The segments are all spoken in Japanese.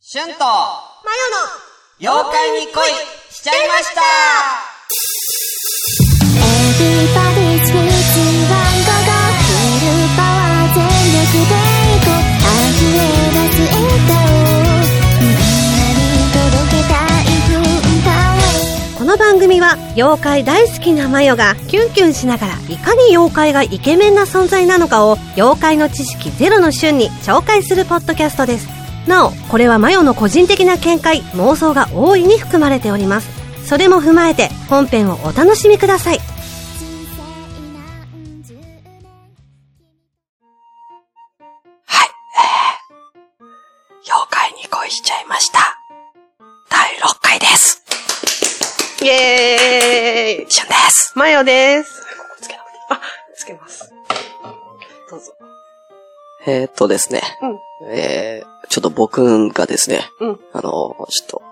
シュンと、マヨの、妖怪に恋しちゃいました Everybody's waiting ワンゴゴフルパワー全力でいこう溢れ出す笑顔をみんなに届けたい文化をこの番組は妖怪大好きなマヨがキュンキュンしながらいかに妖怪がイケメンな存在なのかを妖怪の知識ゼロの瞬に紹介するポッドキャストですなおこれはマヨの個人的な見解妄想が大いに含まれておりますそれも踏まえて本編をお楽しみくださいはい、えー、妖怪に恋しちゃいました。第6回です。イエーイシュンです。マヨです。ここつけなくていい。つけます。どうぞ。えー、っとですね。えー、ちょっと僕がですね。うんあの、ちょっと、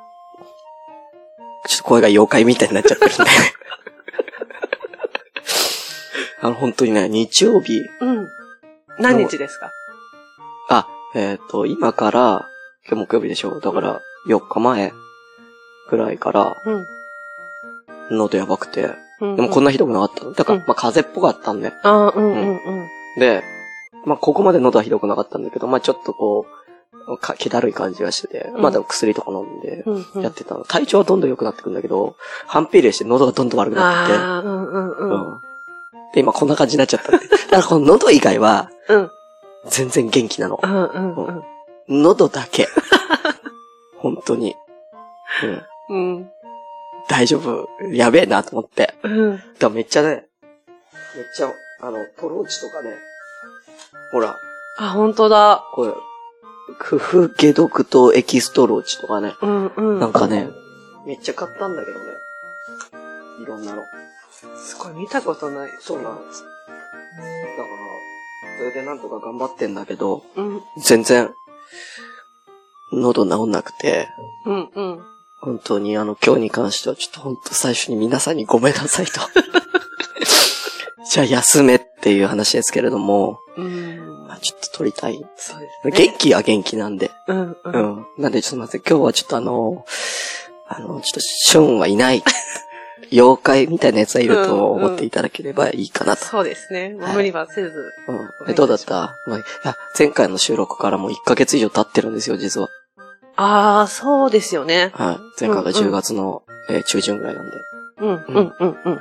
ちょっと声が妖怪みたいになっちゃって るんで。あの、本当にね、日曜日、うん。何日ですかあ、えっ、と、今から、今日木曜日でしょだから、4日前くらいから、喉やばくて。うん。でもこんなひどくなかったの。だから、うんまあ風邪っぽかったんで。ああ、うんうんうん。で、まあここまで喉はひどくなかったんだけど、まあちょっとこう、か気だるい感じがしてて、うんまだ薬とか飲んで、うんうんやってたの。体調はどんどん良くなってくんだけど、反比例して喉がどんどん悪くなってって。ああ、うんうんう。うんん。で、今こんな感じになっちゃっ たって。だからこの喉以外は、うん。全然元気なのう。んうん喉だけ。本当に。うん。うん。うん。大丈夫。やべえなと思って。うん。だからめっちゃね、めっちゃ、あの、トローチとかね、ほら、あ、本当だ。これ、クフゲドクとエキストローチとかね、うんうん。なんかね、めっちゃ買ったんだけどね。いろんなの。すごい見たことない。そうなんです。だから、それでなんとか頑張ってんだけど、うん全然、喉治んなくて、うんうん。本当にあの今日に関してはちょっと本当最初に皆さんにごめんな さいと。じゃあ休めっていう話ですけれども、うんま。あ、ちょっと撮りたい。そうですね。元気は元気なんで。うんう。うんん。なんでちょっと待って、今日はちょっとあの、あの、ちょっとシュンはい ない。妖怪みたいなやつがいると思っていただければいいかなと。そうですね。もうはい無理はせず。うん。えどうだった、まあ、いや前回の収録からもう1ヶ月以上経ってるんですよ、実は。ああ、そうですよね。はい。前回がうんうん10月の、えー中旬ぐらいなんで。うんうんうんうん。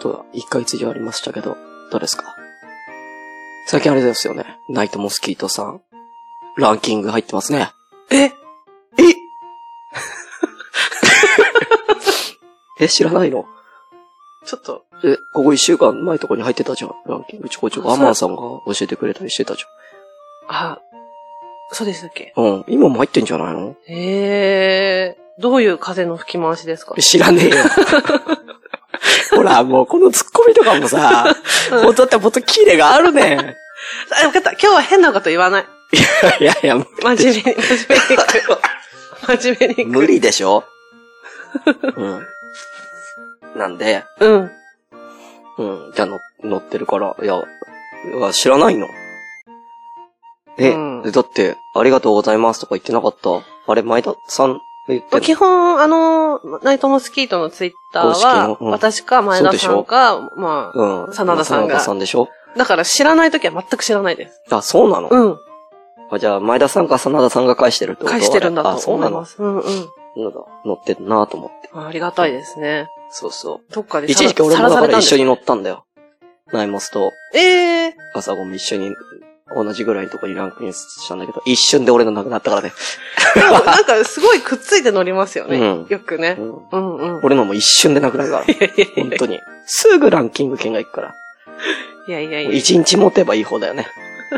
どうだ ?1 ヶ月以上ありましたけど、どうですか最近あれですよね。ナイトモスキートさん。ランキング入ってますね。え え、知らないのちょっと、え、ここ1週間前とかに入ってたじゃん。ランキングちょこちょこ。あアそうマンさんが教えてくれたりしてたじあ、そうでしたっけゃん。うん。今も入ってんじゃないのへえ、どういう風の吹き回しですか知らねえよ。 ほら、もうこのツッコミとかもさ、もうだってもっとキレがあるねん。あ、よかった。今日は変なこと言わない。いやいや、真面目に、真面目に行く。真面 目に行く。無理で しょうん。なんで、うん。うん。じゃあの、乗ってるから、いや、いや知らないのえ、うんだって、ありがとうございますとか言ってなかった。あれ、前田さんが言ってまあんの基本、あの、ナイトモスキートのツイッター公式のは、うん私か前田さんか、まあ、うん。真田さんが真田さんでしょだから知らないときは全く知らないです。あ、そうなの、うん。あじゃあ、前田さんか真田さんが返してるってこと返してるんだあ、とそう思ないのます。うんうん。なんだ乗ってるなと思って。あありがたいですね。そうそどっかう。でさ一ら時期俺もださから一緒らされたんですに乗ったんだよ。ナイモスとええ朝ごも一緒に同じぐらいのとこにランクインしたんだけど、一瞬で俺のなくなったからね。でもなんかすごいくっついて乗りますよね。うんよくねう。ん。うんうん。俺のも一瞬でなくなるから。いやいやいや本当に。すぐランキング券が行くから。いやいやいや。一日持てばいい方だ よね。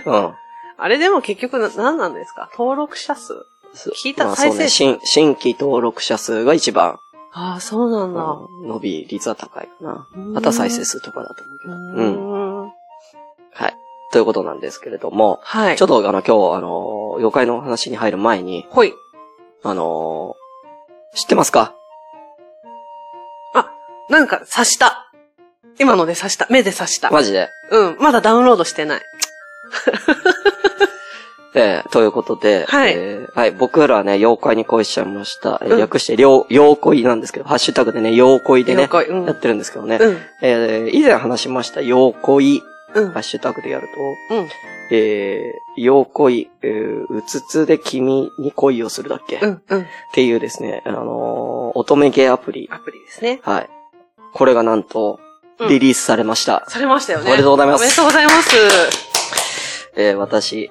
うん。あれでも結局な、何なんですか登録者数聞いたまあそうね再生新新規登録者数が一番、ああ、そうなんだ。うん伸び率は高いかな。うんあとは再生数とかだと思うけど。ううん。ーん。はい。ということなんですけれども、はい。ちょっっとあの今日、あの、妖怪の話に入る前に、と。ほい。あの、知ってますかなんか刺した。今ので刺した。目で刺した。マジで。うん。まだダウンロードしてない。いえーということで、はいえーはい、僕らはね、妖怪に恋しちゃいました。えーうん略して、妖妖恋なんですけど、ハッシュタグでね、妖恋でね、妖怪うんやってるんですけどね。うん。えー以前話しました、妖恋、うんハッ。シュタグでやるうん。と、えー妖恋、えーうつつで君に恋をするだっけ、うっん。うん。ていうですね、あのー乙女ゲーアプリ。アプリですね。はい。これがなんと、うんリリースされました。されましたよね。おめでとうございますおめでとうございます。 えー私、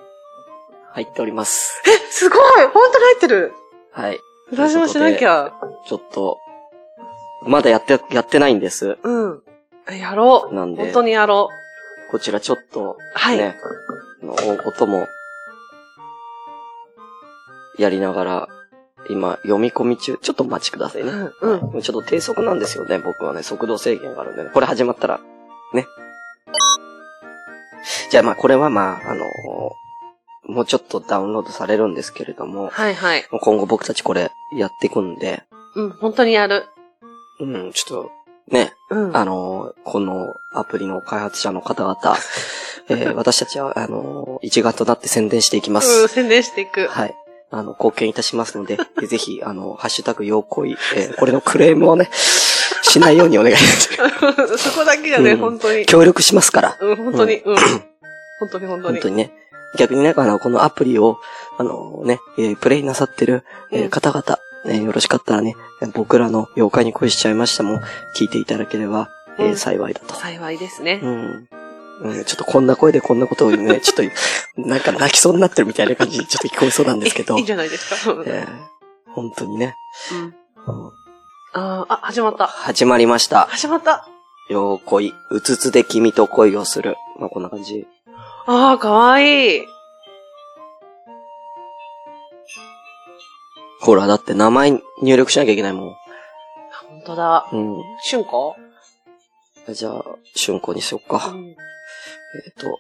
入っております。え、すごい本当に入ってるはい。私もしなきゃ。ちょっと、まだやって、やってないんです。うん。やろう。なんで本当にやろこちらちょっと、う。はい。ね、の音も、やりながら、今、読み込み中、ちょっとお待ちくださいうね。ん。うん。ちょっと低速なんですよね、僕はね。速度制限があるんでね。これ始まったら、ね。じゃあまあ、これはまあ、あのーもうちょっとダウンロードされるんですけれども、はいはい。今後僕たちこれやっていくんで、うん。本当にやる。うん、ちょっと、ね、うん。あの、このアプリの開発者の 方々、えー私たちは、あの、一丸となって宣伝していきまうん。す。宣伝していく。 はい。あの、貢献いたしますので、 でぜひ、あの、ハッシュタグ、ようこい、えーこれのクレームをね、しないように お願いします。そこだけじゃね、うん本当に。協力しますから。うん、本当に。うん。本当に本当本に当。にね。逆にね、あの、このアプリを、あのね、えープレイなさってる、えーうん方々、ね、よろしかったらね、僕らの妖怪に恋しちゃいましたも、聞いていただければ、えーうん幸いだと。幸いですねう。ん。うん、ちょっとこんな声でこんなこと をね、ちょっと、なんか泣きそうになってるみたいな感じでちょっと聞こえそうなんですけど、いいえんじゃないですか。うんー本当にね、うんうんあーあ、始まった。始まりました。始まった。よう恋、うつつで君と恋をする。まあ、こんな感じ。ああ、かわいい。ほら、だって名前入力しなきゃいけないも本当だ。ん。う春子ん。じゃあ、春子にしよっうか。んえっ、と、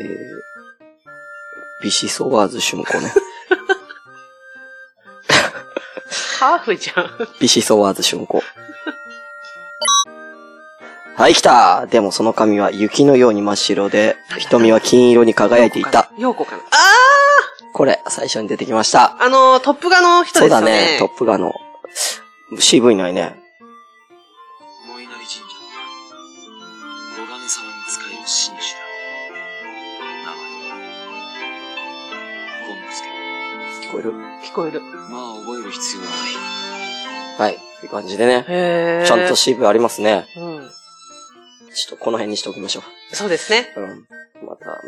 えー、ビシソワーズ春子ね。ハーフじゃん。ビシソワーズ春子。はい、来たでもその髪は雪のように真っ白で、瞳は金色に輝いていた。。陽子かな。あこれ、最初に出てきました。あ、あのー、トップ画の人そうですよだねね、。トップガンの。CV ないね。思いなり神社小金沢に仕える神主だ名前は権之助聞こえる聞こえる。まあ覚える必要はなはい。って感じでね。へえ。ちゃんと CV ありますね。うん。ちょっとこの辺にしておきましょそうですね。う。うん。また、また今度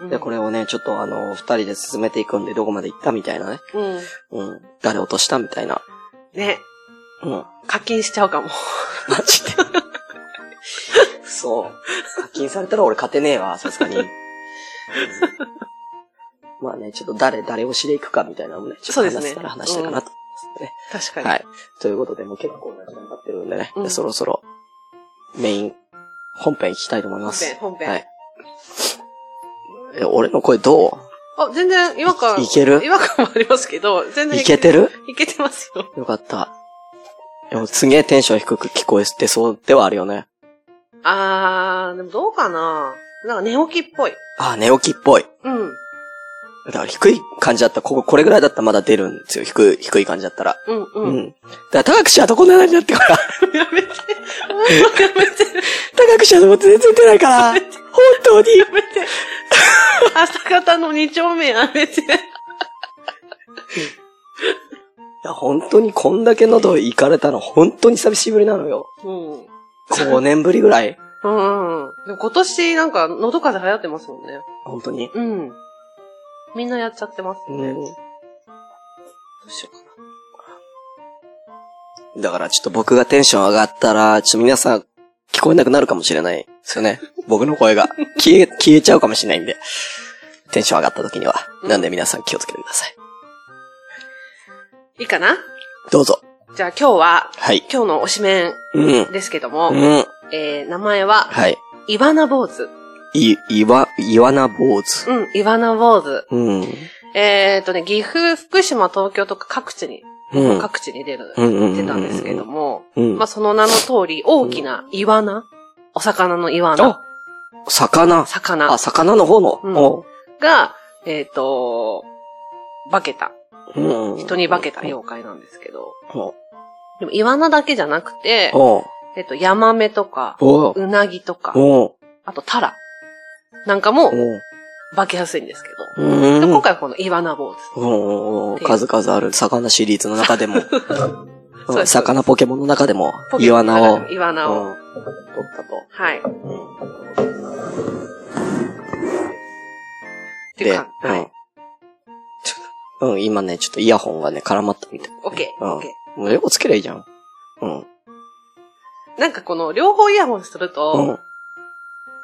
うね。んで、これをね、ちょっとあの、二人で進めていくんで、どこまで行ったみたいなね。うん。うん。誰落としたみたいな。ね。うん。課金しちゃうかも。マジで。そう。課金されたら俺勝てねえわ、さすがに。うんまあね、ちょっと誰、誰推しでいくかみたいなのもね、ちょそうっでとすね話したら話したかなと思います確ね。かに。はい。ということで、もう結構な時間経ってるんでね、うんそろそろメイン、本編行きたいと思いま本す編、。本は編。い。え、俺の声どあ、全然違和感。いいける違和感もありますけど、全う然いけてるいけてますよ。よかった。でもすげえテンション低く聞こえてそうではあるよね。あー、でもどうかななんか寝起きっぽい。ああ、寝起きっぽい。うん。だから低い感じだったら、ここ、これぐらいだったらまだ出るんですよ。低い、低い感じだったら。うん、ううん。ん。だから高くしちゃうとこんな感じになってから、 やめて。もうやめて。高くしちゃうとこ全然出ないから、本当に。やめて。朝方の二丁目やめて。いや、本当にこんだけ喉行かれたの、本当に久しぶりなのよ。うん。 5年ぶりぐらい。うん。でも今年なんか喉風邪流行ってますもんね。本当に。うん。みんなやっちゃってますよね。うどん。うしようかな。だからちょっと僕がテンション上がったら、ちょっと皆さん聞こえなくなるかもしれないです よね。僕の声が。消え、消えちゃうかもしれないんで。テンション上がった時には。なんで皆さん気をつけてください。いいかなどうぞ。じゃあ今日は、はい。今日の推しメうんン。ですけども、うん。えー、名前は、はい。イワナ坊主。い、いわ、いわな坊主。うん、イワナ坊主。うん。うん。えー、とね、岐阜、福島、東京とか各地に、うん。各地に出る、うんうん。出たんですけども、うん。まあその名の通り、大きなイワナ、お魚のイワナ、魚。魚あ、魚の方の。うんおが、えっ、と、化けた。うん。人に化けた妖怪なんですけど。ほでも、イワナだけじゃなくてう。、おう。えっ、と、ヤマメとか、おう。うなぎとか、おう。あとタラなんかもおう。化けやすいんですけうど。ーん。で今回はこのイワナ坊です。うんうんうん数々ある魚シリーズの中でも、そうです魚ポケモンの中でも、ポケイモワンのナ中を、でもイワナをうん取ったと。はい。っていうでか、はい。うん、うん、今ね、ちょっとイヤホンがね、絡まったみたい。オッケー、うんオッケもうよくつけりゃいいじゃん。うん。ー。なんかこの、両方イヤホンするうん。とあ、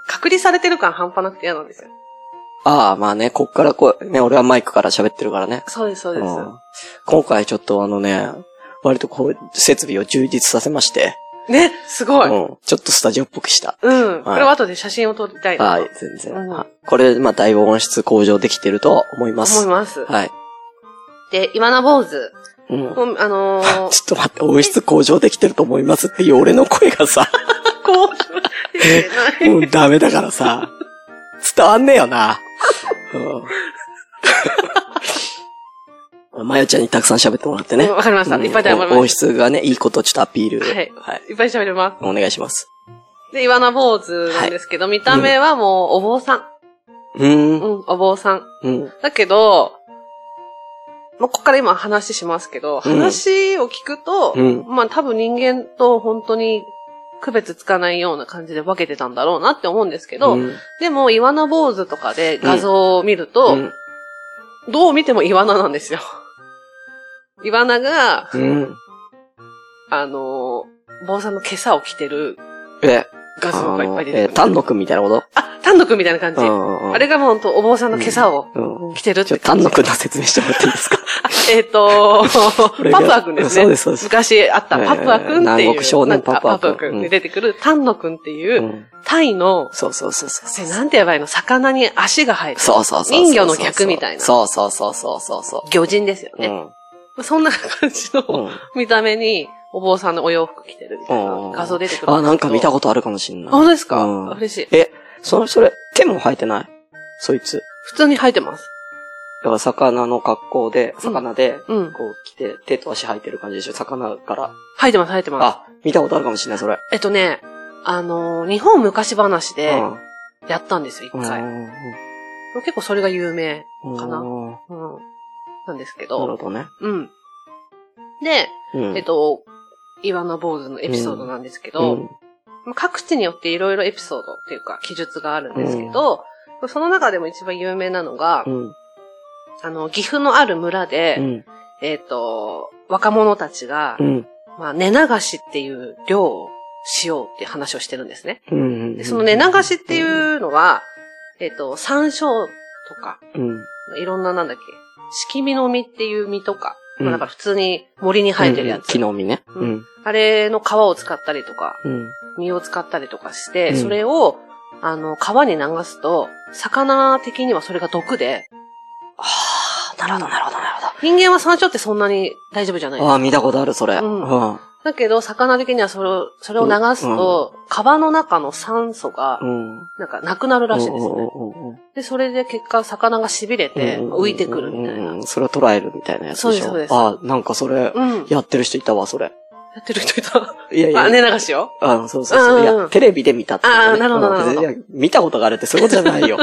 隔離されてる感半端なくて嫌なんですよ。あ、まあね、こっからこう、ね、俺はマイクから喋ってるからね。そうです、そうです。うん今回ちょっとあのね、割とこう、設備を充実させまして、ね、すごい。うん。ちょっとスタジオっぽくした。うん。これは後で写真を撮りたいなはとい、全然。うんはいこれ、まあ、だいぶ音質向上できてるとは思います。思います。はい。で、イワナ坊主。うん。もうあの ちー、ょっと待って、音質向上できてると思いますっていう俺の声がさ、こう、出てないもうダメだからさ、伝わんねえよな。うん。ま よちゃんにたくさん喋ってもらってね。わかりました。うんいっぱいでま音し質がね、いいことをちょっとアピール。はいいっぱい喋りまお願いします。す。で、イワナ坊主なんですけど、見た目はもうお坊さん。うー。うんん、お坊さん。うん。だけど、まあ、ここから今話しますけど、うん話を聞くと、うんまあ多分人間と本当に区別つかないような感じで分けてたんだろうなって思うんですけど、うんでもイワナ坊主とかで画像を見ると、うんどう見てもイワナなんですよ。イワナが、うん。あのー、坊さんの袈裟を着てるえ、画像がいっぱい出えてー、くる。丹野くんみたいなことあ、丹野くんみたいな感じ。ああれがもう本当お坊さんの袈裟をうん。着てるっちょ、て丹感じ。野くんの説明してもらっていいですかえっ、と 俺が パプア君ですね。そうですそうです昔あったパプア君っていう。南国少年パプア君なんかパ君で出てくる、丹野君っていうう、ん。タイの、そうそうそうそう。えなんて言えばいいの魚に足が生える。そうそうそうそう。人魚の客みたいなそうそうそうそうそうそ魚人ですよう。うね。ん。そんな感じのうん。見た目に、お坊さんのお洋服着てるみたいな画像出てくるですけど。あ、なんか見たこことあるかもしんとない。本当ですか、うん嬉しい。え、その、それ、手も生えてないそいつ。だ普通に生えてます。から魚の格好で、魚で、うん。こう来て、手と足生えてる感じでしょ魚から。生えてます、生えてます。あ、見たことあるかもしんない、それ。えっとね、あのー日本昔話うでん。やったんですよ、一回。うん結構それが有名。うんかなうんうん。なんですけなるほど。どね。うん。で、うん。えっと、イワナ坊主のエピソードなんですけど、うんまあ各地によっていろいろエピソードっていうか記述があるんですけど、その中でも一番有名なのが、うん。あの、岐阜のある村で、うん。えっと、若者たちが、うん。まあ、寝流しっていう漁をしようっていう話をしてるんですね。うん。でその寝流しってい、うのは、えっと、山椒とか、うん。いろんななんだっけ、しきみの実っていう実とか、うんまあだから普通に森に生えてるやつ、木の実ね。ううん。あれの皮を使ったりとか、うん。実を使ったりとかして、うんそれを、あの、川に流すと、魚的にはそれが毒で、あなるほど、なるほど、なるほ人間は山椒ってそんなに大丈夫じゃないでど。ああ、見たことある、それ。うんうん。す。だけど、魚的にはそれを、それを流すと、川の中の酸素がう、ん。なんかなくなるらしいんですよね。ね。で、それで結果、魚が痺れてうん浮いてくるみたいうんうんな。うんそれを捉えるみたいなやつでしそょ。うですそうですあ、なんかそれ、うん。ややってる人いたわ、それ。ってる人いた。いやいや。あ、寝流しよ。あそうそうそう。うんいうんうんや、テレビで見たってことね、あーなるほどうんなるほどいや見たことがあるってそういうことじゃな いよ。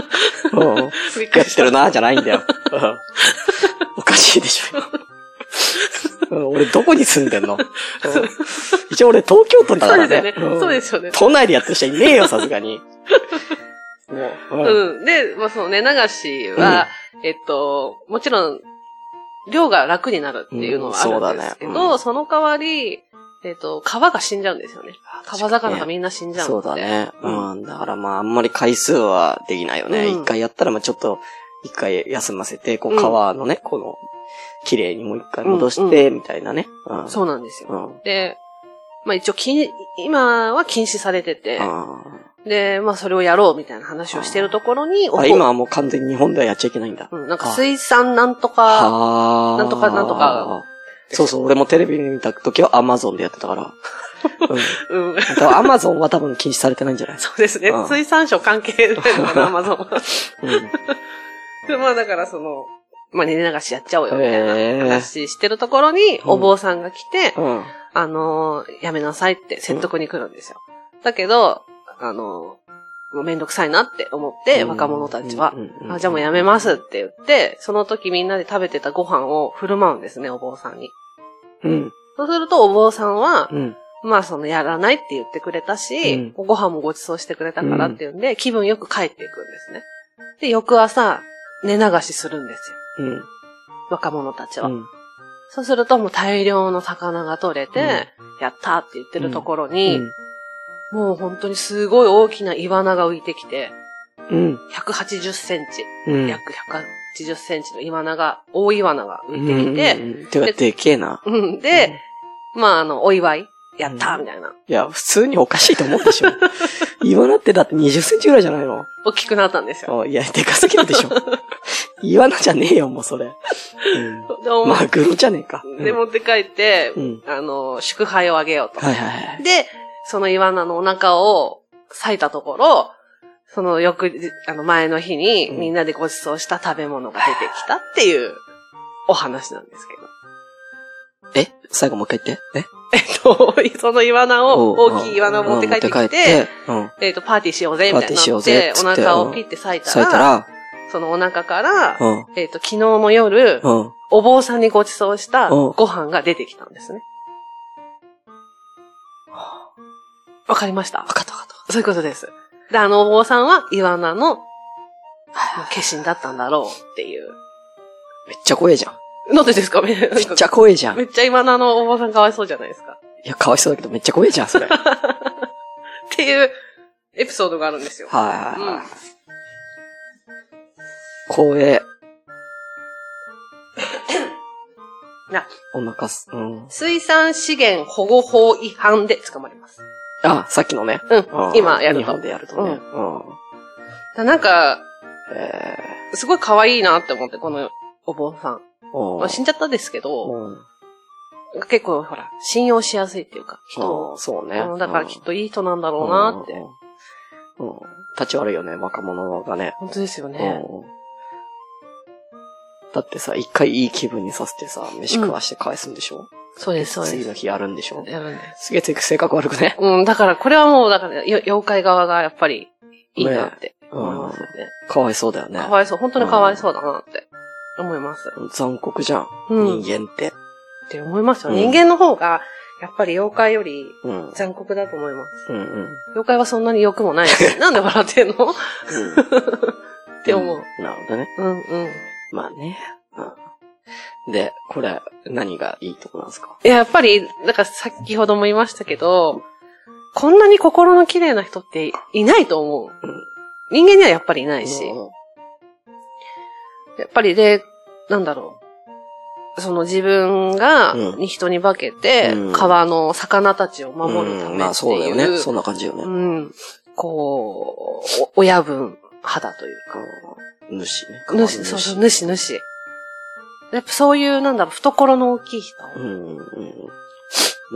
うん。やびっくりっしてた。るな、じゃないんだよ。うんおかしいでし ょ。うん俺、どこに住んでんの、うん一応俺、東京都だかそうでらすよねね。。んそうですよね。都内でやってる人いねえよ、さすがに。もう、うん うん。で、まあ、そのね、流しは、えっと、もちろん、量が楽になるっていうのはあるんですけど、うんそそうだねうんの代わり、えっと、皮が死んじゃうんですよね。川魚がみんな死んじゃうそのうで。だね。うん。だからまあ、あんまり回数はできないよね。一、うん回やったら、まあちょっと、一回休ませて、こう、うん川のね、この、綺麗にもう一回戻して、みたいなね。うん。そうなんですよ。うん。うん。で、まあ一応禁、今は禁止されてて、で、まあそれをやろうみたいな話をしてるところに、おあ、こ今はもう完全に日本ではやっちゃいけないんだ。うん、なんか水産なんとか、はあ。なんとかなんとか。そうそう、俺もテレビ見た時はアマゾンでやって たから。うん。うん、 だからアマゾンは多分禁止されてないんじゃないそうですねうん。 水産省関係ないのかな、アマゾンは。うん。でまあだからその、まあ寝流しやっちゃおうよみたいへえな話してるところに、うんお坊さんが来て、うん。あのーやめなさいって説得に来るんですよ。だけど、あのーもうめんどくさいなって思って、若者たちはうん、うんうんあ、じゃあもうやめますって言って、その時みんなで食べてたご飯を振る舞うんですね、お坊さんに。うん。そうするとお坊さんは、うん。まあそのやらないって言ってくれたし、うんご飯もご馳走してくれたからっていうんで、気分よく帰っていくんですね。で、翌朝、寝流しするんですよ。うん。若者たちうは。ん。そうするともう大量の魚が取れて、やったーって言ってるところに、もう本当にすごい大きなイワナが浮いてきて、うん。 180センチ、うん。約180センチのイワナが、大イワナが浮いてきうて、んうんうん、てか、でけえな。うん、で、まああの、お祝い、やったーみたいな。いや、普通におかしいと思うでしょ。 岩ナってだって20センチぐらいじゃないの大きくなったんですよ。あいや、でかすぎるでしょ。 岩ナじゃねえよ、もうそれ。でもうん、マグロじゃねえか。うんで、持って帰って、うん。あの、祝杯をあげようと。はいはいはい。で、そのイワナのお腹を裂いたところ、その翌日、あの前の日にうんみんなでご馳走した食べ物が出てきたっていうお話なんですえ最後もう一回言って。えけど。そのイワナを、おう大きいイワナを持って帰ってうん持きってて、うん。えっと、パーティーしようぜ、みたいにパーティーしよなうっぜてっ、おつって腹をピッて裂いた咲いら、たら、そのお腹から、うん。えっと、昨日の夜、うん。お坊さんにご馳走したうんご飯が出てきたんですね。わかりましたわかったわかっそういうことです。で、あのお坊さんはイワナの、まあ化身だったんだろうっていう。た。めっちゃ怖えじゃん。なんでですかめめっちゃ怖えじゃ ん。めいっちゃイワナのお坊さんかわいそうじゃないですか。や、かわいそうだけどめっちゃ怖えじゃ ん、それ。はいっていうエピソードがあるんですよ。はいうんはい。怖え。 なお腹す、うん。水産資源保護法違反で捕まります。あ、さっきのね。うんう。ん今やる日と。本でやるとね。ううんん。だなんか、えすごい可愛いなって思って、このお坊さん。ーうんまあ死んじゃったですけど、うん。結構ほら、信用しやすいっていうか、人をうんそうねう。んだからきっといい人なんだろとうなって。。うん。うん立ち悪いよね、若者がね。本当ですよね。うんだってさ、一回いい気分にさせてさ、飯食わして返すんでしょ、そうです、そうで次す。の日やるんでしょやるんですげえ性格悪くね。うん、だからこれはもう、だから、よ妖怪側がやっぱりいいなって思いますよね。かわいそうだよね。かわいそう、本当にかわいそうだなって思います。残酷じゃん。うん。っ人間って。て思いますよ。うん人間の方が、やっぱり妖怪よりうん。うん残酷だと思います。 うん。っ妖怪はそんなに欲もないし、なんで笑ってんのって思う。なるほどね。うんうん。まあね。うんで、これ、何がいいとこなんですかいや、やっぱり、だから先ほども言いましたけど、こんなに心の綺麗な人っていないと思う。うん人間にはやっぱりいないし。うんやっぱりで、なんだろう。その自分がうんに人に化けて、うん川の魚たちを守るためっていう、うんまあそうだよね。そんな感じよね。うん。こう、お親分肌というか。うん主主、ね。そうそう、主、主。やっぱそういう、なんだろう、懐の大きい人。うんうん。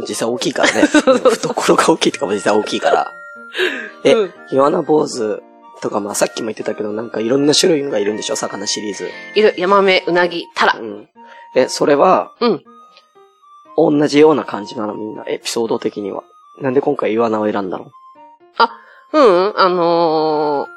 実際大き いからね。懐が大きいとかも実際大きいから。えうんイワナ坊主とか、まあさっきも言ってたけど、なんかいろんな種類がいるんでしょ魚シリーズ。いる、ヤマメ、ウナギ、タラう。ん。え、それは、うん。同じような感じなのみんな、エピソード的には。なんで今回イワナを選んだのうん、あの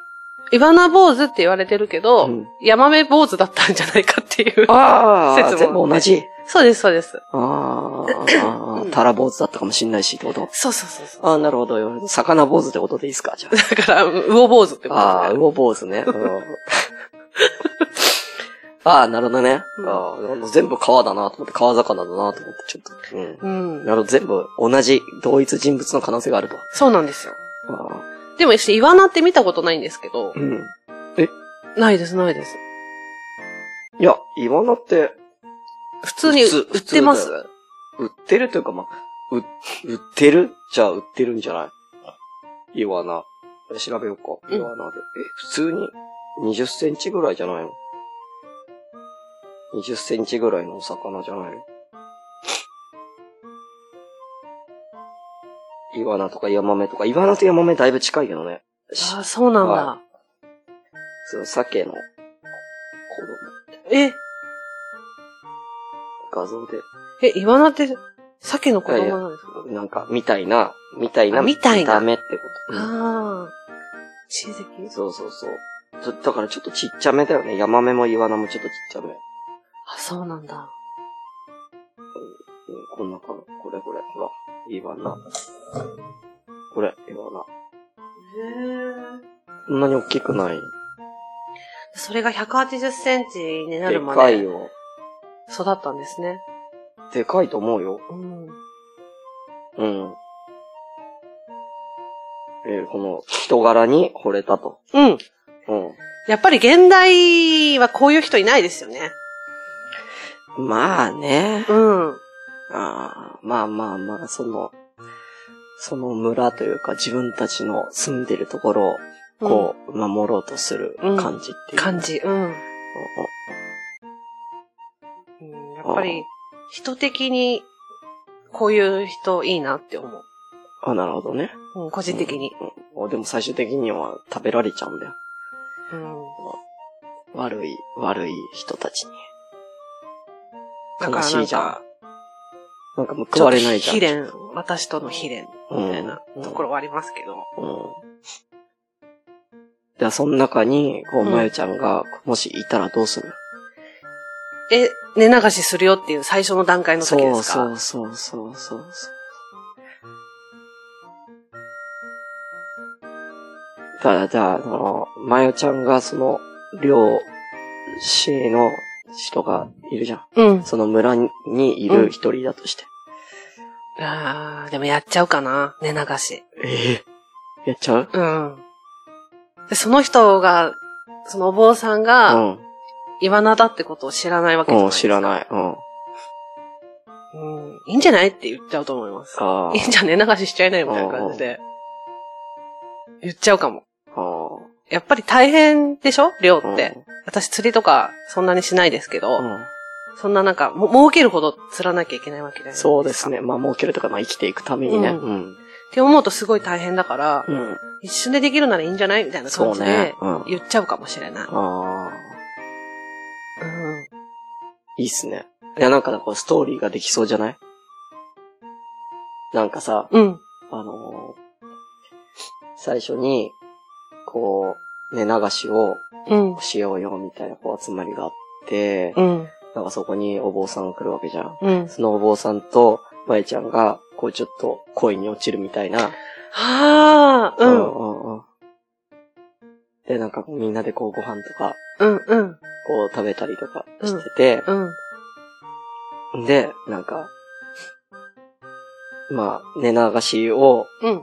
ー、イワナ坊主って言われてるけど、うんヤマメ坊主だったんじゃないかっていう。あ説もあって全部同じ。そうです、そうです。あうあん、タラ坊主だったかもしんないしってことそうそうそうそう。ああ、なるほど。魚坊主ってことでいいで すかじゃあ。だから、魚坊主ってことあであ、すね。魚坊主ね。うん ああ、なるほどね。うんああ全部川だなと思って、川魚だなと思って、ちょっと。うん。うん。なるほど、全部同じ同一人物の可能性があると。そうなんですよ。ああでも、イワナって見たことないんですけどう、ん。ないです、ないです。いや、イワナって、普通に普通売ってま普す通だ売ってるというか、まあ、う、売ってるじゃあ売ってるんじゃないイワナ。調べようか。うんイワナで。え、普通に20センチぐらいじゃないの ?20 センチぐらいのお魚じゃないのイワナとかヤマメとか、イワナとヤマメだいぶ近いけどね。しああ、そうなんだ。はその鮭の子供って。画像で、え、え、イワナって、鮭の子供なんですかなんか、みたいな、みたいな、あみたいな見た目ってこと。うんああ。親戚そうそうそう。ちょだからちょっとちっちゃめだよね。ヤマメもイワナもちょっとちっちゃめ。うんあ、そうなんだ。こんな感じ。これこれ。ほら。イワナ。これ、イワナ。こんなに大きくない。それが180センチになでるまかいでよ。育ったんですね。でかいと思うよ。うん。うん。えーこの人柄に惚れたと。うん。うやっぱり現代はこういう人いないですよね。ん。まあね。うん。あーまあまあまあ、その、その村というか自分たちの住んでるところをこう、守ろうとする感じっていう。感じ。うん。うんやっぱり、人的に、こういう人いいなって思あ、なるほどね。う。うん、個人的に。おでも最終的には食べられちゃうんだよ。うん。悪い、悪い人たちに。だから悲しいじゃん。なんかなんか報われないじゃん。ちょっと悲恋、私との悲恋、みたいなうんところはありますけど。うん。じゃあ、その中に、こう、うんまゆちゃんが、もしいたらどうするえ、寝流しするよっていう最初の段階の時ですかそうそうそうそうそう。ただ、じゃあ、あの、まゆちゃんが、その、両親の人がいるじゃん。うん。その村にいる一人だとして。あーでもやっちゃうかな、寝流し。ええやっちゃううん。で、その人が、そのお坊さんうが、ん。イワナだってことを知らないわけじゃなういん、ですか。知らない。うん。うん。いいんじゃないって言っちゃうと思います。あいいんじゃね流ししちゃいないみたいな感じで。言っちゃうかも。あ。あやっぱり大変でしょ漁あ。って。私釣りとかそんなにしないですけど、うん。うんそんななんか、も儲けるほど釣らなきゃいけないわけじゃないですか。そうです。ね。まあ、儲けるとか、まあ、生きていくためにね。うんうん。って思うとすごい大変だから、うん。一瞬でできるならいいんじゃないみたいなそ感うじねで。、うん。あ言っちゃうかもしれない。あうん。ー。いいっすね。いや、なんか、こう、ストーリーができそうじゃないなんかさ、うん。あのー最初に、こう、ね、流しをうん。しようよ、みたいな、こう、集まりがあって、うん。なんかそこにお坊さんが来るわけじゃん。うん。そのお坊さんと、まえちゃんが、こう、ちょっと、恋に落ちるみたいな、はあ、う。うんうんうん。で、なんかこうみんなでこうご飯とか、うん。うん。こう食べたりとかしてて、うん。で、なんか、まあ、寝流しを、うん。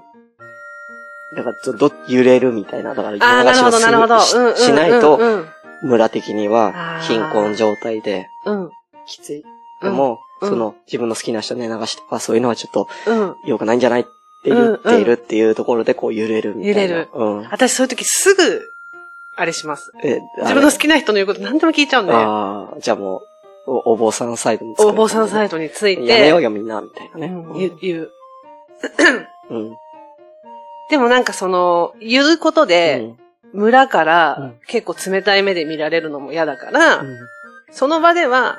だからど、ど、揺れるみたいな、だからああ、な夜流るしほをど、すなるほど。うんうん。るししないと、うん。村的にはあー貧困状態でうん。きつい。でも、うんその、自分の好きな人寝流しとか、そういうのはちょっとうん。良くないんじゃないって言っているっていうところで、こう揺れるみたいな。揺れるうん。私そういう時すぐ、あれします。え自分の好きな人の言うこと何でも聞いちゃうんで、ああ、じゃあもう、おお坊さんサイドにお坊さんサイドドについて、やめようよみんな、みたいなね。うん言う言う。うん。うん。でもなんかその、言うことで、村から結構冷たい目で見られるのも嫌だから、その場では、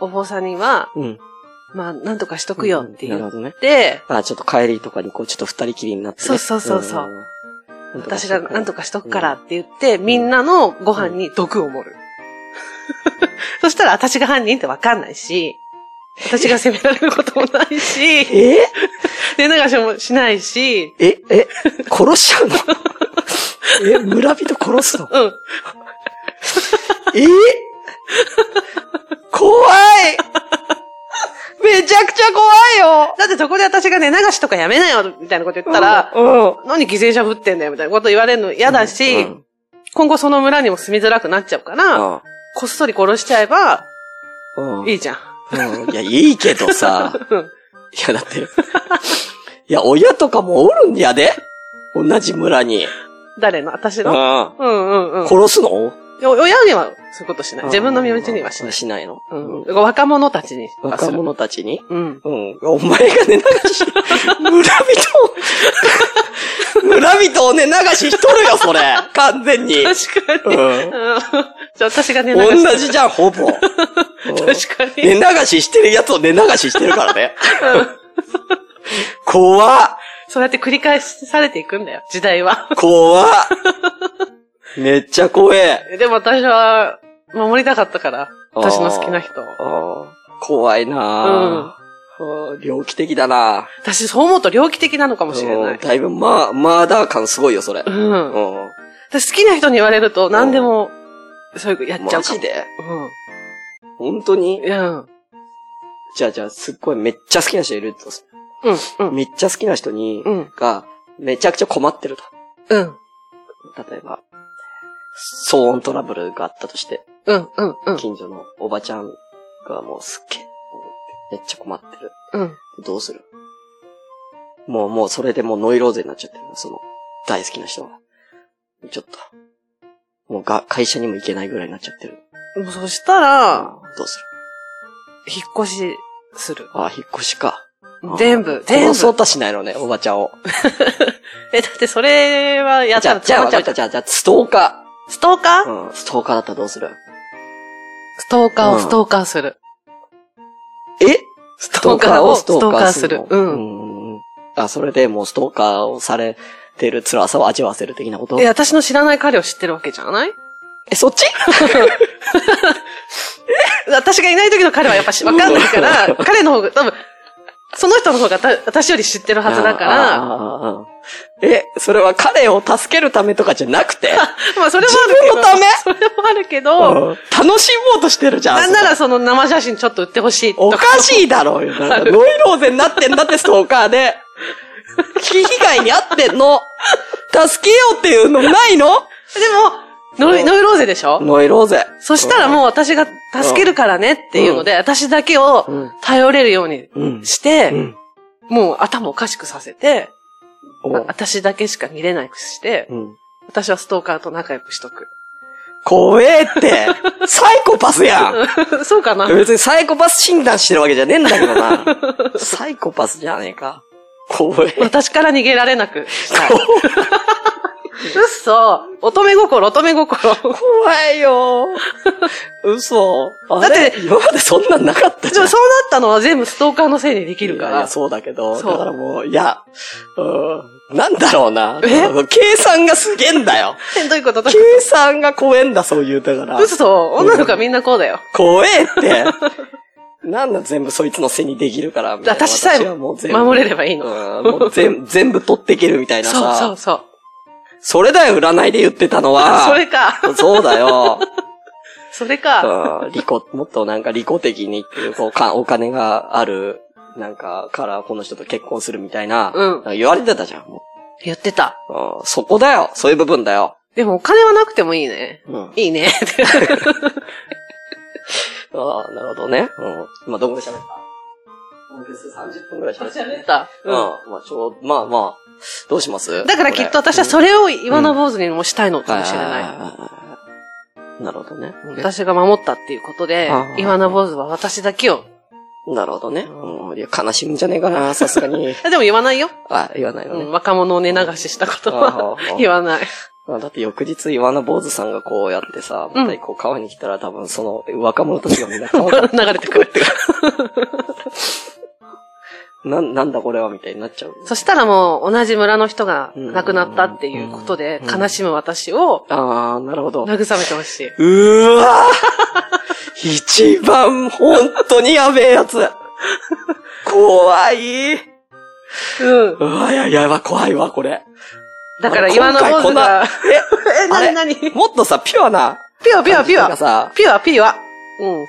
お坊さんには、うん。うん。まあ、なんとかしとくよってな言るほっどね。て、あちょっと帰りとかにこう、ちょっと二人きりになってね。。そうそうそうそうん私がなんとかかしとくからって言って、みんなのご飯に毒を盛る。 そしたら私が犯人ってわかんないし、私が責められることもないし し、て。寝え流しもしないし、ええ殺しちゃうの え村人殺すのうん。え怖いめちゃくちゃ怖いよだってそこで私が寝流しとかやめなよみたいなこと言ったら、うん。うん何犠牲者ぶってんだよみたいなこと言われるの嫌だし、うん今後その村にも住みづらくなっちゃうから、こっそり殺しちゃえば、うんうんいいじゃん。うんいや、いいけどさ。 うんいや、だって。いや、親とかもおるんやで。同じ村に。誰の私うのん。うんうんうん。殺すのお親にはそういうことしない。自分の身内にはしない。しないの。うん。若者たちにはす若る。者たちにうん。うん。お前がね、流し、村人を、 村人をね、流ししとるよ、それ。完全に。確かに。うんうん じゃあ私が寝流し同じじゃん、ほぼ。うん確か寝に。流ししてるやつを寝流ししてるからね。怖っそうやって繰り返されていくんだよ、時代は。 怖っめっちゃ怖え。でも私は、守りたかったから、私の好きな人を。あー怖いなぁ、あー猟奇的だな私そう思うと猟奇的なのかもしれなうんい。だいぶ、まあ、マーダー感すごいよ、それ。う。うん私好きな人に言われると何でも、そういう、やっん。ちゃマうかジも。で本当にうん。うん。じゃあじゃあ、すっごいめっちゃ好きな人いるとす。うん。うん。めっちゃ好きな人に、うん。が、めちゃくちゃ困ってると。うん。例えば、騒音トラブルがあったとして、うん。うん。うん。近所のおばちゃんがもうすっげえ、めっちゃ困ってる。うん。どうするもうもうそれでもうノイローゼになっちゃってるその、大好きな人が。ちょっと。もうが、会社にも行けないぐらいになっちゃってる。もうそしたら、どうする引っ越しする。ああ、引っ越しか。全部、全殺そう部。とはしないのね、おばちゃんを。え、だってそれはやっじゃたあ、らじゃ捕あまっちゃわかっうた、じゃん。じゃあ、じゃあ、ストーカストーカーー。うん、ストーカーだったらどうするストーカーうをんストーカーする。えストーカーをストーカーする。ううん。ん。うんあ、それでもうストーカーをされてる辛さを味わわせる的なことえ、私の知らない彼を知ってるわけじゃないえ、そっち私がいない時の彼はやっぱしわかんないから、 彼の方が、多分、その人の方がた私より知ってるはずだかあら、あああああえ、それは彼を助けるためとかじゃな くて、まあそれもあるけど、それもあるけうんど、楽しもうとしてるじゃん。なんならその生写真ちょっと売ってほしいおとか。かしいだろうよ。なんかノイローゼになってんだって、ストーカー で。被害に遭ってんの。助けようっていうのな いのでも、ノイノイローゼでしょノイローゼ。そしたらもう私が助けるからねっていうので、私だけをうん頼れるようにうん。して、うん。 もう頭おかしくさせて、おあ私だけしか見れなくして、うん。私はストーカーと仲良くしとく。怖えって。サイコパスや ん。そうかな別にサイコパス診断してるわけじゃねえんだけどな。 サイコパスじゃねえか。怖え。私から逃げられなくしたい。嘘乙女心、乙女 心。怖いよ。嘘。だだっってて、今までそんなんなかっでたじゃんも。そうなったのは全部ストーカーのせいにできるかいやいやら。そうだけど、そうだからもう、いや、うん、なんだろうな。え計算がすげえんだよ。えどういうことだ計算が怖えんだ、そういう、だから。嘘女の子はみんなこうだよ。怖えって。なんだ、全部そいつのせいにできるから。みたいな私さえはもう全部守れればいいの。うんもう 全全部取っていけるみたいなさ。そうそうそう。それだよ、占いで言ってたのは。 それか。そう だよ。それか。うん利己、もっとなんか利己的にっていう、こう、か、お金がある、なんか、からこの人と結婚するみたいな、うんなんか言われてたじゃん。も言ってた。ううんそこだよ。そういう部分だよ。でもお金はなくてもいいね。うん。あいい ね。あ、なるほどね。うん。今どんぐらい喋ったもう別に30分ぐらい喋った、喋った。うん。うん。まあ、ちょう、まあまあ、どうしますだからきっと私はそれを岩の坊主にもしたいのれかもしれない。い。なるほどね。私が守ったっていうことであ、ー岩の坊主は私だけを。。なるほどね。うん。いや、悲しむんじゃねえかな、さすがにえでも言わないよ。 あ、言わないのうねん。若者を寝流ししたことはあー言わ ない。あだって翌日、岩の坊主さんがこうやってさ、またこう川に来たら多分その若者たちがみんな 川から、流れてくる。 な、なんだこれはみたいになっちゃう。そしたらもう同じ村の人が亡くなったっていうことでうん悲しむ私をあー、なるほど。う慰めてほしい。ーわー 一番本当にやべえやつ。怖い。ううん。わ、いや、やば、怖いわ、これ。だからあれ岩の坊主が、今回こんな え、あれなになにピもっとさ、ピュアな。ュアピュアピュなんかア。さ、ピュアピュア。うん。うん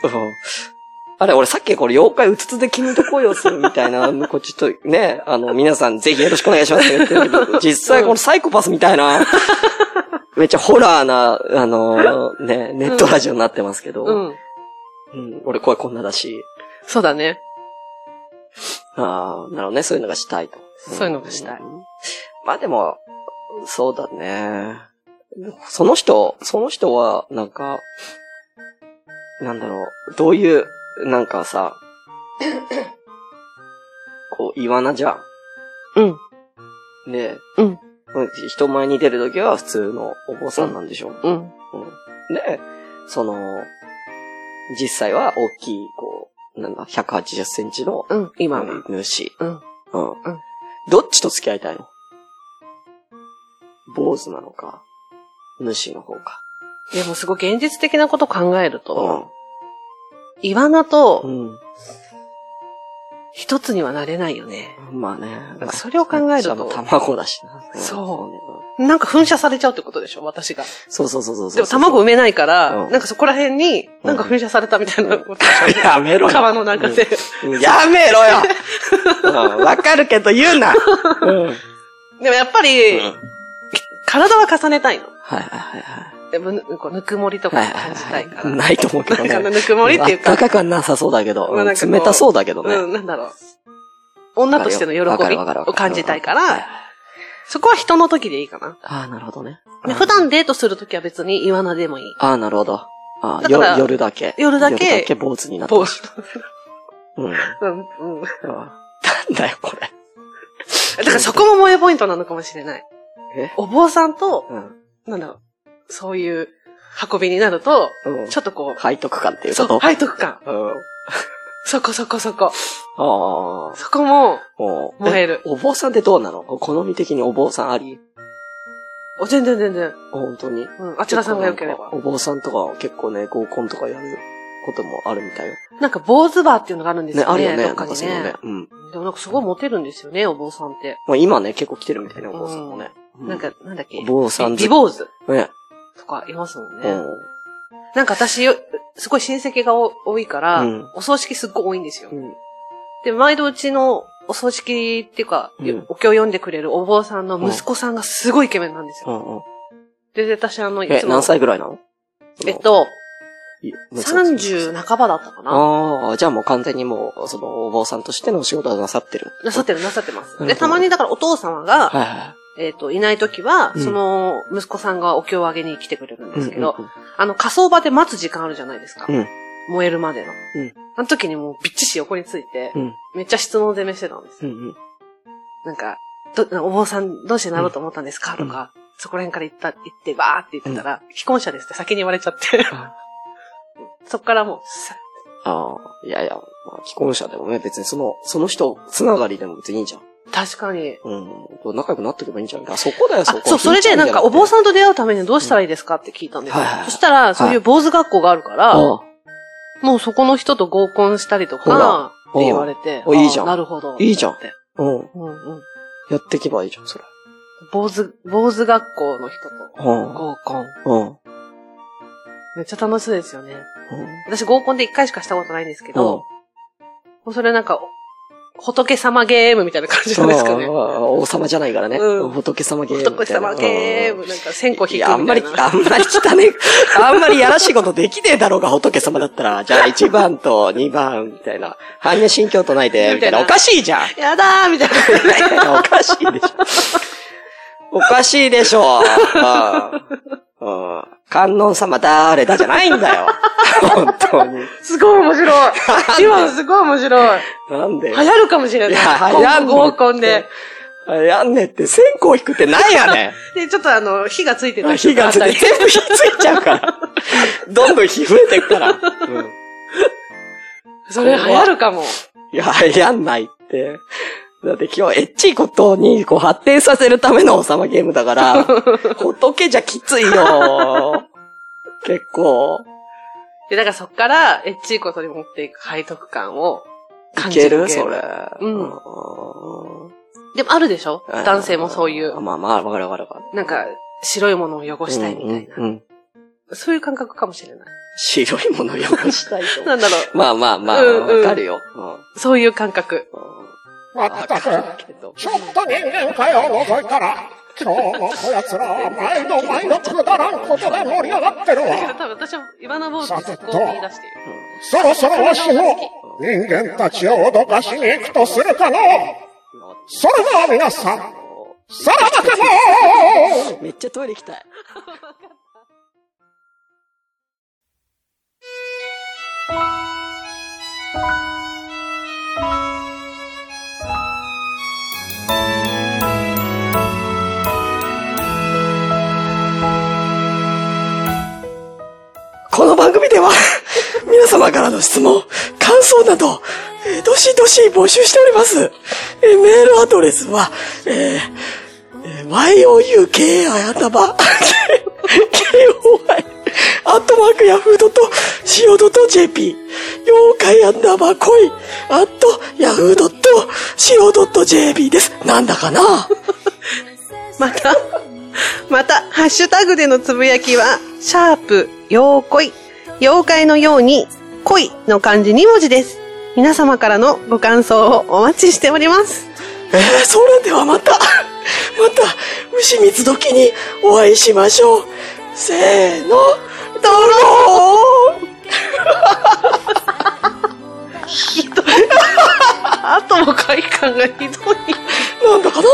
あれ、俺さっきこれ妖怪うつつで君と恋をするみたいな、こうちょっとね、あの、皆さんぜひよろしくお願いしますって言ってるけど、実際このサイコパスみたいな、めっちゃホラーな、あの、ね、ネットラジオになってますけど、うん。うん俺声こんなだし、そうだね。ああ、なるほどね、そういうのがしたいと。そういうのがしたいんまあでも、そうだね。その人、その人は、なんか、なんだろう、どういう、なんかさ、 こう、イワナじゃん。うん。で、うん。人前に出るときは普通のお坊さんなんでしょ。うん。うん。で、その、実際は大きい、こう、なんだ、180センチの、うん。今今はの。主。うん。うん。んどっちと付き合いたいの坊主なのか、主の方か。でもすごい現実的なこと考えると、イワナとん。うん。一つにはなれないよね。まあね。かそれを考えるとまあ卵だしな。そうんそうねなんか噴射されちゃうってことでしょ私が。そうそうそうそうそう。でも卵産めないから、うんなんかそこら辺に、うんなんか噴射されたみたいなことでしやめろょよ。川の中で。うんやめろ ようんわかるけど言うなうん。はいでもやっぱり、体は重ねたいの。はいはいはい。でもぬこうぬくもりとはかいはい感じたいかはら。い。ないと思うけどね。なんかぬくもりっていうあかった、かくはなさそうだけど、まあうんなんかこう冷たそうだけどね。うん、なんだろう。女としての喜びを感じたいから、そこは人の時でいいかな。ああ、なるほどね。で普段デートする時は別に言わなでもいい。ああ、なるほど。ああ、だからよ夜だけ。夜だけ夜だけ坊主になった。帽子の。うん。うんうん、うん。だなんだよ、これ。からそこも萌えポイントなのかもしれない。えお坊さんと、うん。なんだろう、そういう運びになると、うんちょっとこう、背徳感っていうそこう、と背徳感。うん。そこそこそこ。ああ。そこも、もう燃えるえお坊さんってどうなの好み的にお坊さんありお全然全然。本当に。うん、あちらさんが良ければお。坊さんとか結構ね、合コンとかやることもあるみたいよ。なんか坊主バーっていうのがあるんですね、よあるね。よどね。なっんかかにそういうのねね。。うん。でもなんかすごいモテるんですよね、お坊さんって。まあ今ね、結構来てるみたいなお坊さんもね。うなん、か、なんだっけお。坊さん美坊主ね。とかいますもんうね。ん。なんか私よ、すごい親戚がお多いから、うんお葬式すっごい多いんですよ。うん。で、毎度うちのお葬式っていうか、うんお経を読んでくれるお坊さんの息子さんがすごいイケメンなんですうよ。んうん。で、私あの、い え、つも、何歳ぐらいなのえっ、と、その30半ばだったかな。ああ、じゃあもう完全にもう、その、お坊さんとしてのお仕事はなさってる。なさってる、なさってます。なるで、ほどたまにだからお父様が、はいはえっ、と、いない時は、うんその、息子さんがお経をあげに来てくれるんい。ですけど、あの、火葬場で待つ時間あるじゃないですか。うん燃えるまでの。んあの時にもうびっちし横について、うん。うん。めっちゃ質問攻めしてたんですうよ。んうん。なんか、ど、お坊さんどうしてなろうと思ったんですか、とか、そこら辺から行った、行って、わーって言ってたら、既婚者ですって先に言われちゃって。 そっからもう、さああ、いやいや、まあ、既婚者でもね、別にその、その人、つながりでも別にいいじゃん。確かに。うん。仲良くなっていけばいいんじゃないか。そこだよ、あそこ。、そう、それでなんかお坊んさんと出会うためにどうしたらいいですかって聞いたんですよはいはいは。いそしたら、そういう坊主学校があるから、あもうそこの人と合コンしたりとほらか、って言われて。おいいじゃんあなるほど。いいじゃんってあ、うん。うんうん。やっていけばいいじゃん、それ。坊主、坊主学校の人とうん。合コン。うん。うん。めっちゃ楽しそうですよね。私合コンで一回しかしたことないんですけうんど、。もうそれなんか、仏様ゲームみたいな感じなんですかねあ。あ王様じゃないからね。うん仏様ゲームみたいな。仏様ゲーム、なんか線香引くいみや、たあいんまり、な。あんまり汚い、あんまりやらしいことできねえだろうが、仏様だったら。じゃあ1番と2番、みたいな。般若心経唱えて、みたいな。おかしいじゃんやだーみたいな。おかしいでしょ。おかしいでしょ。うん。うん。観音様誰だじゃないんだよ。本当に。すごい面白い。今のすごい面白い。なんで流行るかもしれない。いや流行ん今の後合コンで。やんねって、線香引くってなん やねん。で、ちょっとあの、火がついてたり火とかあがっついたてり全部火ついちゃうから。どんどん火増えてくから。うん。それ流行るかも。いや、やんないって。だって今日エッチいことにこう発展させるための王様ゲーム だから、仏じゃきついよ。結構、で、だからそっから、エッチいことに持っていく背徳感をい感じけるるゲーそムれ。うんうんでもあるでしょ男性もそういう、まあまあ、わかるわかるわかる。なんか、白いものを汚したいみたいな。うんうんうんそういう感覚かもしれない。白いもの汚 したいと。なんだろまあまあまあ、うんうんわかるよ。うんう、そういう感覚。まわっかたるく、けど。ちょっと人間界を覗いたら、昨日もこやつらは毎度毎度くだらんことで盛り上がってだるから多わ。分私は、イバナ坊主のそこを言い出している。そろそろわしも人間たちを脅かしに行くとするかのう。それでは皆さん、さらばかも うめっちゃトイレ行きたい。この番組では、皆様からの質問、感想など、えーどしどし募集しております。えーメールアドレスは、えーえー youka あやたば、koy、アットマークヤフードと CO.jp、妖怪アンダーバー恋、アットヤフードと CO.jp です。なんだかなまた、また、ハッシュタグでのつぶやきは、シャープ、妖怪、妖怪のように、恋の漢字2文字です。皆様からのご感想をお待ちしております。えー、それではまた、また、牛三つ時にお会いしましょう。せーの、ドローンあとも快感がひどい。なんだかな